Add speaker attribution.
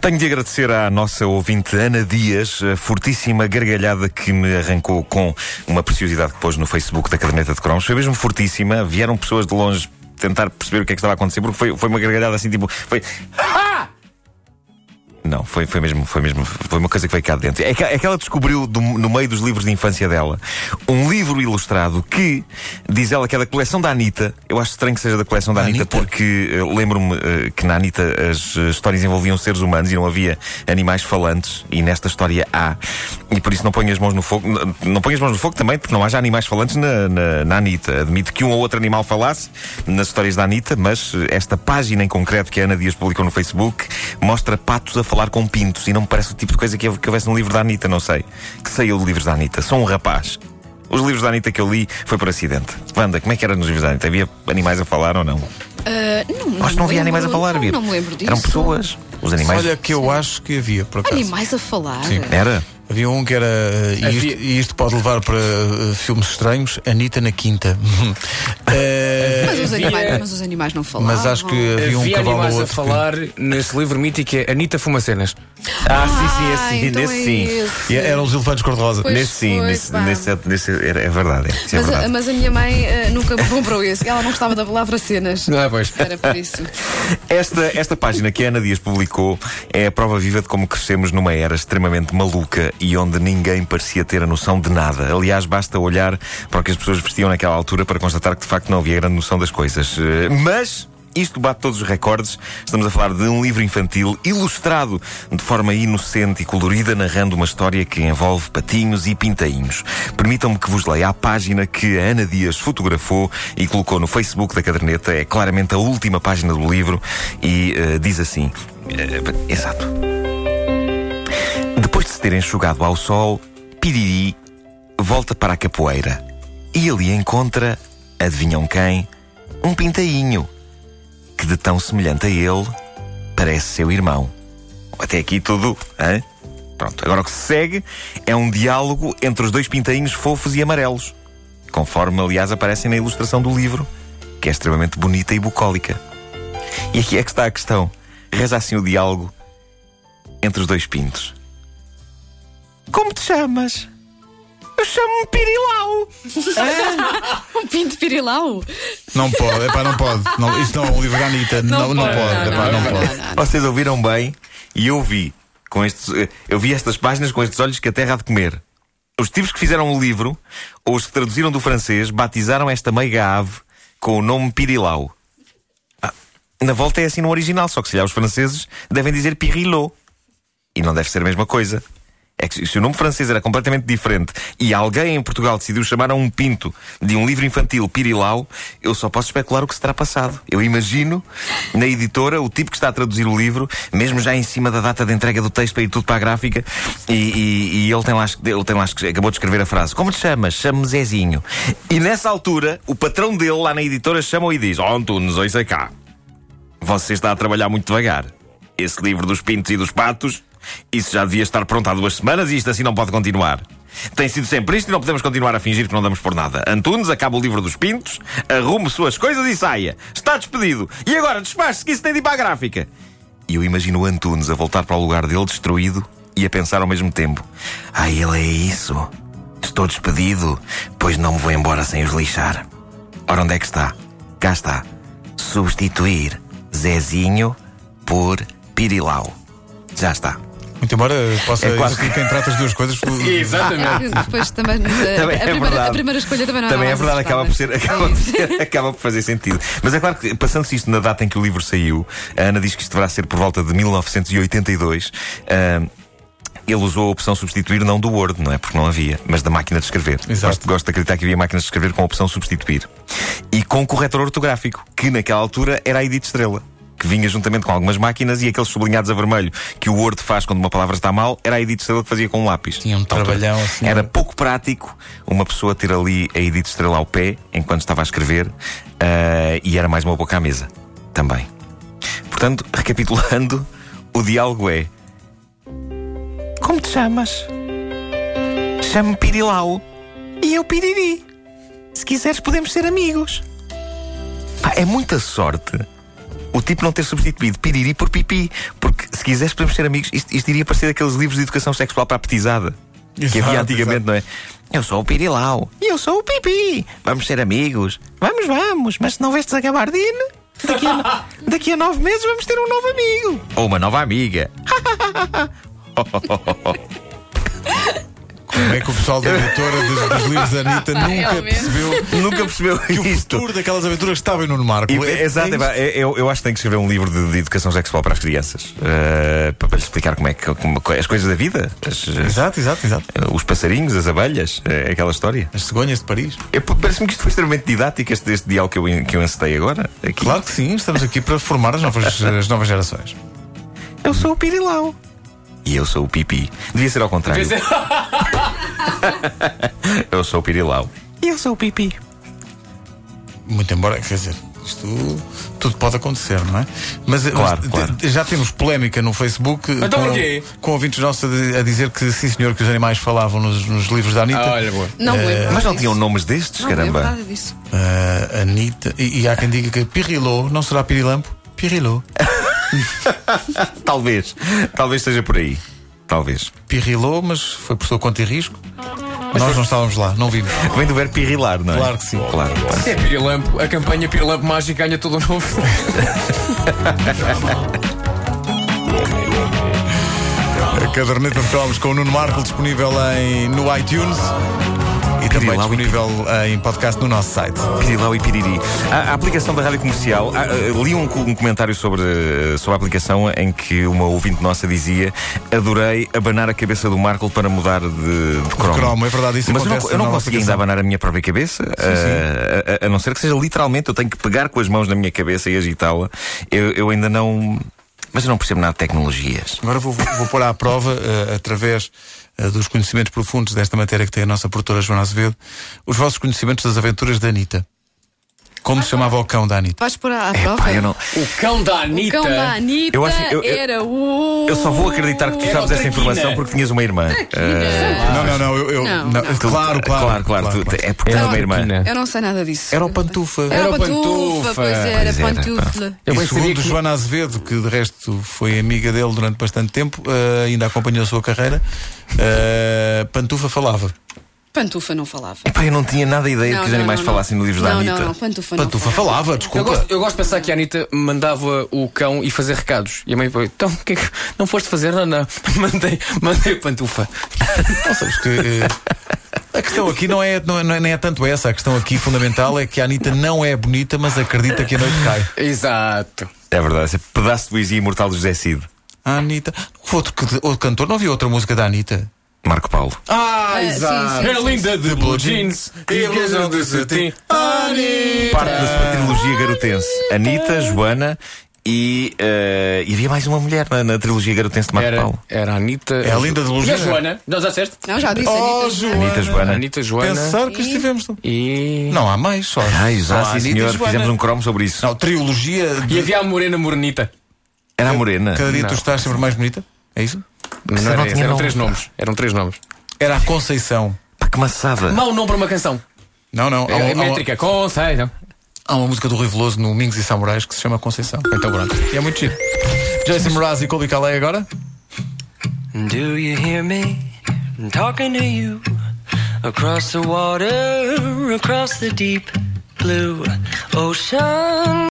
Speaker 1: Tenho de agradecer à nossa ouvinte Ana Dias a fortíssima gargalhada que me arrancou com uma preciosidade que pôs no Facebook da Caderneta de Cromos. Foi mesmo fortíssima, vieram pessoas de longe tentar perceber o que é que estava a acontecer, porque foi, foi uma gargalhada assim, tipo, foi... "Ah!" Não, foi, foi mesmo, foi mesmo, foi uma coisa que veio cá de dentro. É que, é que ela descobriu do- no meio dos livros de infância dela um livro ilustrado que, diz ela, que é da coleção da Anitta. Eu acho estranho que seja da coleção da
Speaker 2: Da
Speaker 1: Anitta,
Speaker 2: Anitta?
Speaker 1: porque que eh, lembro-me eh, que na Anitta as eh, histórias envolviam seres humanos e não havia animais falantes, e nesta história há. E por isso não ponho as mãos no fogo, n- não ponho as mãos no fogo também, porque não haja animais falantes na, na, na Anitta. Admito que um ou outro animal falasse nas histórias da Anitta, mas eh, esta página em concreto que a Ana Dias publicou no Facebook mostra patos a falar com pintos, e não me parece o tipo de coisa que, que houvesse no livro da Anitta, não sei. Que saiu de livros da Anitta, sou um rapaz. Os livros da Anitta que eu li foi por acidente. Wanda, como é que era nos livros da Anitta? Havia animais a falar ou não?
Speaker 3: Ah, não,
Speaker 1: Acho que
Speaker 3: me
Speaker 1: não havia animais a
Speaker 3: lembro.
Speaker 1: falar,
Speaker 3: não,
Speaker 1: havia.
Speaker 3: não me lembro disso.
Speaker 1: Eram pessoas. Os animais.
Speaker 2: Olha, que eu acho que havia, por acaso.
Speaker 3: Animais a falar?
Speaker 2: Sim.
Speaker 1: Era?
Speaker 2: Havia um que era. eh, E isto, e isto pode levar para eh, filmes estranhos: Anitta na Quinta. Eh,
Speaker 3: Mas, os
Speaker 4: Havia-
Speaker 3: animais, mas os animais não falavam.
Speaker 2: mas acho que havia
Speaker 4: Havia
Speaker 2: um cavalo ou
Speaker 4: animais a
Speaker 2: outro.
Speaker 4: falar nesse livro mítico que é Anitta Fumacenas.
Speaker 1: Ah,
Speaker 3: Ah, então é
Speaker 2: que- E eram os um elefantes cor-de-rosa.
Speaker 3: Pois
Speaker 1: Nesse sim,
Speaker 3: foi,
Speaker 1: nesse,
Speaker 3: pá.
Speaker 1: nesse, nesse- era- é verdade. É, isso é
Speaker 3: Mas, a-
Speaker 1: verdade.
Speaker 3: mas a minha mãe ah, nunca me comprou esse. Ela não gostava da palavra cenas.
Speaker 4: Ah, pois.
Speaker 3: Era por isso.
Speaker 1: Esta, esta página que a Ana Dias publicou é a prova viva de como crescemos numa era extremamente maluca e onde ninguém parecia ter a noção de nada. Aliás, basta olhar para o que as pessoas vestiam naquela altura para constatar que de facto não havia grande noção das coisas. Eh, Mas. Isto bate todos os recordes. Estamos a falar de um livro infantil ilustrado de forma inocente e colorida, narrando uma história que envolve patinhos e pintainhos. Permitam-me que vos leia a página que a Ana Dias fotografou e colocou no Facebook da caderneta. É claramente a última página do livro e eh, diz assim: eh, Exato. Depois de se ter enxugado ao sol, Piriri volta para a capoeira e ali encontra, adivinham quem? Um pintainho que de tão semelhante a ele parece seu irmão. Até aqui tudo, hein? Pronto, agora o que se segue é um diálogo entre os dois pintainhos fofos e amarelos, conforme aliás aparecem na ilustração do livro, que é extremamente bonita e bucólica. E aqui é que está a questão. Reza assim o diálogo entre os dois pintos. Como te chamas? Eu chamo-me Pirilau.
Speaker 3: Um pinto pirilau?
Speaker 2: Não pode, é pá, não pode. Não, isso não é um livro da Anitta. Não, não pode, é pá, não pode.
Speaker 3: não, não.
Speaker 1: Vocês ouviram bem e eu vi com estes, eh, eu vi estas páginas com estes olhos que a terra há de comer. Os tipos que fizeram o livro, ou os que traduziram do francês, batizaram esta meiga ave com o nome Pirilau. Ah, na volta é assim no original, só que se calhar os franceses devem dizer Pirilot. E não deve ser a mesma coisa. É que se- se o nome francês era completamente diferente e alguém em Portugal decidiu chamar a um pinto de um livro infantil Pirilau, eu só posso especular o que se terá passado. Eu imagino, na editora, o tipo que está a traduzir o livro, mesmo já em cima da data de entrega do texto para ir tudo para a gráfica, e, e- e ele, tem lá, es- ele tem lá, es- acabou de escrever a frase: Como te chamas? Chamo-me Zezinho. E nessa altura, o patrão dele lá na editora chama-o e diz: Oh, Antunes, ouça cá. Você está a trabalhar muito devagar. Esse livro dos pintos e dos patos, isso já devia estar pronto há duas semanas e isto assim não pode continuar. Tem sido sempre isto e não podemos continuar a fingir que não damos por nada. Antunes, acaba o livro dos pintos, arrume suas coisas e saia. Está despedido. E agora despache-se que isso tem de ir para a gráfica. E eu imagino o Antunes a voltar para o lugar dele destruído e a pensar ao mesmo tempo: Ah, ele é isso. Estou despedido, pois não me vou embora sem os lixar. Ora, onde é que está? Cá está. Substituir Zezinho por Pirilau. Já está.
Speaker 2: Muito embora possa
Speaker 1: É quase-
Speaker 2: existir quem trata as duas coisas.
Speaker 4: Exatamente.
Speaker 3: Depois também. eh,
Speaker 1: Também
Speaker 3: a,
Speaker 1: é
Speaker 3: primeira,
Speaker 1: verdade.
Speaker 3: a primeira escolha também não
Speaker 1: Também
Speaker 3: era
Speaker 1: é verdade,
Speaker 3: lá muito
Speaker 1: acaba por, ser,
Speaker 3: acertada.
Speaker 1: acaba,
Speaker 3: É
Speaker 1: por
Speaker 3: isso.
Speaker 1: ser- acaba por fazer sentido. Mas é claro que, passando-se isto na data em que o livro saiu, a Ana diz que isto deverá ser por volta de 1982. ahm, ele usou a opção substituir não do Word, não é? Porque não havia, mas da máquina de escrever.
Speaker 2: Exato.
Speaker 1: Gosto, gosto de acreditar que havia máquinas de escrever com a opção substituir. E com o corretor ortográfico, que naquela altura era a Edith Estrela. que vinha juntamente com algumas máquinas e aqueles sublinhados a vermelho que o Word faz quando uma palavra está mal, era a Edith Estrela que fazia com um lápis.
Speaker 2: Tinha um
Speaker 1: Na altura.
Speaker 2: trabalhão, a senhora.
Speaker 1: Era pouco prático uma pessoa ter ali a Edith Estrela ao pé enquanto estava a escrever ah, e era mais uma boca à mesa também. Portanto, recapitulando, o diálogo é: Como te chamas? Chamo-me Pirilau e eu Piriri. Se quiseres, podemos ser amigos. Pá, é muita sorte o tipo não ter substituído Piriri por Pipi, porque se quiseres, podemos ser amigos. Isto, isto iria parecer aqueles livros de educação sexual para a petizada que
Speaker 2: Exato,
Speaker 1: havia antigamente, não é? Eu sou o Pirilau e eu sou o Pipi. Vamos ser amigos. Vamos, vamos, mas se não vestes a gabardine, daqui a, daqui a nove meses vamos ter um novo amigo. Ou uma nova amiga.
Speaker 2: Como é que o pessoal da editora dos, dos livros da Anitta nunca
Speaker 3: realmente.
Speaker 2: percebeu
Speaker 1: Nunca percebeu
Speaker 2: que o
Speaker 1: isto.
Speaker 2: futuro daquelas aventuras estava em Nuno Marco?
Speaker 1: E-
Speaker 2: É- é
Speaker 1: exato,
Speaker 2: isto.
Speaker 1: é pá, é- eu, eu acho que tenho que escrever um livro de, de educação sexual para as crianças eh, para, para lhes explicar como é que como- as coisas da vida, as- as-
Speaker 2: Exato, exato, exato.
Speaker 1: os passarinhos, as abelhas, eh, aquela história.
Speaker 2: As cegonhas de Paris.
Speaker 1: Eu- Parece-me que isto foi extremamente didático, este, este diálogo que eu, en- que eu encetei agora. Aqui.
Speaker 2: Claro que sim, estamos aqui para formar as novas, as novas gerações.
Speaker 1: Eu sou o Pirilau. E eu sou o Pipi. Devia ser ao contrário. Eu sou o Pirilau. E eu sou o Pipi.
Speaker 2: Muito embora, quer dizer, isto tudo pode acontecer, não é? Mas,
Speaker 1: Claro,
Speaker 2: mas,
Speaker 1: claro.
Speaker 2: de- já temos polémica no Facebook
Speaker 4: Então porquê?
Speaker 2: com, com ouvintes nossos a, di- a dizer que sim senhor que os animais falavam nos, nos livros da Anitta.
Speaker 4: Ah, olha, boa.
Speaker 3: Não me
Speaker 2: É.
Speaker 3: lembro.
Speaker 1: Eh, Mas não
Speaker 3: disso.
Speaker 1: tinham nomes destes,
Speaker 3: Não me lembro
Speaker 1: caramba.
Speaker 3: nada disso.
Speaker 2: Ah, Anitta. E, e há quem diga que Pirilô não será Pirilampo? Pirilô.
Speaker 1: Talvez. Talvez seja por aí. Talvez.
Speaker 2: Pirilô, mas foi por sua conta e risco. Nós não estávamos lá, não vimos.
Speaker 1: Vem do verbo pirrilar, não é?
Speaker 2: Claro que sim.
Speaker 1: Claro. claro.
Speaker 4: É Pirilampo, a campanha Pirilampo Mágico ganha todo o novo.
Speaker 2: A caderneta de cromos com o Nuno Marco disponível em, no iTunes e também
Speaker 1: Pirilau e
Speaker 2: disponível eh, em podcast no nosso site.
Speaker 1: Pirilau e Piriri. A, a aplicação da rádio comercial. ah, ah, li um, co- um comentário sobre, eh, sobre a aplicação em que uma ouvinte nossa dizia: Adorei abanar a cabeça do Marco para mudar de, de cromo.
Speaker 2: cromo, é verdade, isso
Speaker 1: Mas eu não,
Speaker 2: acontece
Speaker 1: eu não
Speaker 2: na nova
Speaker 1: consigo ainda
Speaker 2: aplicação.
Speaker 1: abanar a minha própria cabeça, ah, a, a- a não ser que seja literalmente. Eu tenho que pegar com as mãos na minha cabeça e agitá-la. Eu, eu ainda não. Mas eu não percebo nada de tecnologias.
Speaker 2: Agora vou, vou pôr à prova, eh, através eh, dos conhecimentos profundos desta matéria que tem a nossa produtora Joana Azevedo, os vossos conhecimentos das aventuras da Anitta. Como se chamava o cão da Anitta?
Speaker 3: Vais pôr à
Speaker 1: Epá,
Speaker 3: prova?
Speaker 1: eu não.
Speaker 4: O cão da
Speaker 3: O cão da Anitta
Speaker 1: Eu acho- eu- eu-
Speaker 3: era uh, o.
Speaker 1: Eu só vou acreditar que tu
Speaker 3: Oh,
Speaker 4: Era
Speaker 1: sabes essa
Speaker 4: outra
Speaker 1: informação
Speaker 4: quina.
Speaker 1: porque tinhas uma irmã. Ah,
Speaker 2: Não, não, não, eu. eu-
Speaker 3: Não,
Speaker 2: não,
Speaker 3: não.
Speaker 2: Claro, claro.
Speaker 1: Claro, claro. tu- É porque tens
Speaker 3: Era
Speaker 1: uma irmã.
Speaker 4: Argentina.
Speaker 3: Eu não sei nada disso.
Speaker 2: Era o pantufa.
Speaker 3: Era,
Speaker 4: Era
Speaker 3: o
Speaker 4: o
Speaker 3: pantufa,
Speaker 4: Pantufa.
Speaker 3: pois era,
Speaker 1: Pois era,
Speaker 3: pantufla.
Speaker 4: Eu
Speaker 2: E
Speaker 4: bem sabia
Speaker 2: segundo
Speaker 4: que-
Speaker 2: Joana Azevedo, que de resto foi amiga dele durante bastante tempo, eh, ainda acompanhou a sua carreira, eh, Pantufa falava.
Speaker 3: Pantufa não falava.
Speaker 1: Epá, eu não tinha nada ideia de
Speaker 3: Não,
Speaker 1: que os
Speaker 3: não,
Speaker 1: animais
Speaker 3: não, não.
Speaker 1: falassem assim no livro da
Speaker 3: Não,
Speaker 1: Anitta.
Speaker 3: Não, não, pantufa,
Speaker 2: Pantufa
Speaker 3: não falava.
Speaker 2: falava,
Speaker 4: Eu
Speaker 2: desculpa.
Speaker 4: gosto, eu gosto de pensar que a Anitta mandava o cão e fazer recados. E a mãe foi, então, o que é que não foste fazer? Não, não. Mandei, mandei a pantufa.
Speaker 2: Não, sabes que, eh, a questão aqui não é, não, é- não é, nem é tanto essa. A questão aqui fundamental é que a Anitta não é bonita, mas acredita que a noite cai.
Speaker 4: Exato.
Speaker 1: É verdade, esse pedaço de poesia imortal de José Cid.
Speaker 2: A Anitta. Outro, que- outro cantor, não havia outra música da Anitta?
Speaker 1: Marco Paulo.
Speaker 4: Ah,
Speaker 3: sim, É, sim, sim,
Speaker 4: linda de blue jeans, ilusão de cetim.
Speaker 1: Parte da sua trilogia garotense. Anitta, Joana e. eh, e havia mais uma mulher na, na trilogia garotense de Marco
Speaker 4: Era,
Speaker 1: Paulo.
Speaker 4: era a Anitta.
Speaker 2: É a linda de blue
Speaker 4: E a
Speaker 2: jeans.
Speaker 4: Joana? Não, já disseste?
Speaker 3: Não, já disse.
Speaker 2: Oh,
Speaker 3: Anitta,
Speaker 2: Joana.
Speaker 1: Anitta,
Speaker 3: é
Speaker 4: A
Speaker 1: Joana.
Speaker 4: Anitta, Joana.
Speaker 2: Pensar que estivemos. no-
Speaker 4: E.
Speaker 2: Não há mais, só.
Speaker 1: Ah,
Speaker 2: só
Speaker 1: exato,
Speaker 2: há
Speaker 1: sim,
Speaker 2: Anitta e
Speaker 1: senhor.
Speaker 2: Joana.
Speaker 1: Fizemos um cromo sobre isso.
Speaker 2: Não, trilogia.
Speaker 4: E
Speaker 2: De...
Speaker 4: havia a Morena Morenita.
Speaker 1: Era a Morena.
Speaker 2: Cada dia
Speaker 4: Não.
Speaker 2: tu estás sempre mais bonita? É isso?
Speaker 4: Não
Speaker 1: não
Speaker 4: era
Speaker 1: tinha
Speaker 4: esse, eram
Speaker 1: nome.
Speaker 4: três nomes. Eram três nomes.
Speaker 2: Era a Conceição.
Speaker 1: Pá, que maçada.
Speaker 4: Mau nome para uma canção.
Speaker 2: Não, não. Há,
Speaker 4: É,
Speaker 2: um-
Speaker 4: é
Speaker 2: há um-
Speaker 4: métrica. Com, sei, não.
Speaker 2: há uma música do Rui Veloso no Mingos e Samurais que se chama Conceição.
Speaker 4: Então pronto.
Speaker 2: E é muito giro. Jason Mraz e Colby Calais agora?
Speaker 5: Do you hear me talking to you across the water, across the deep blue ocean?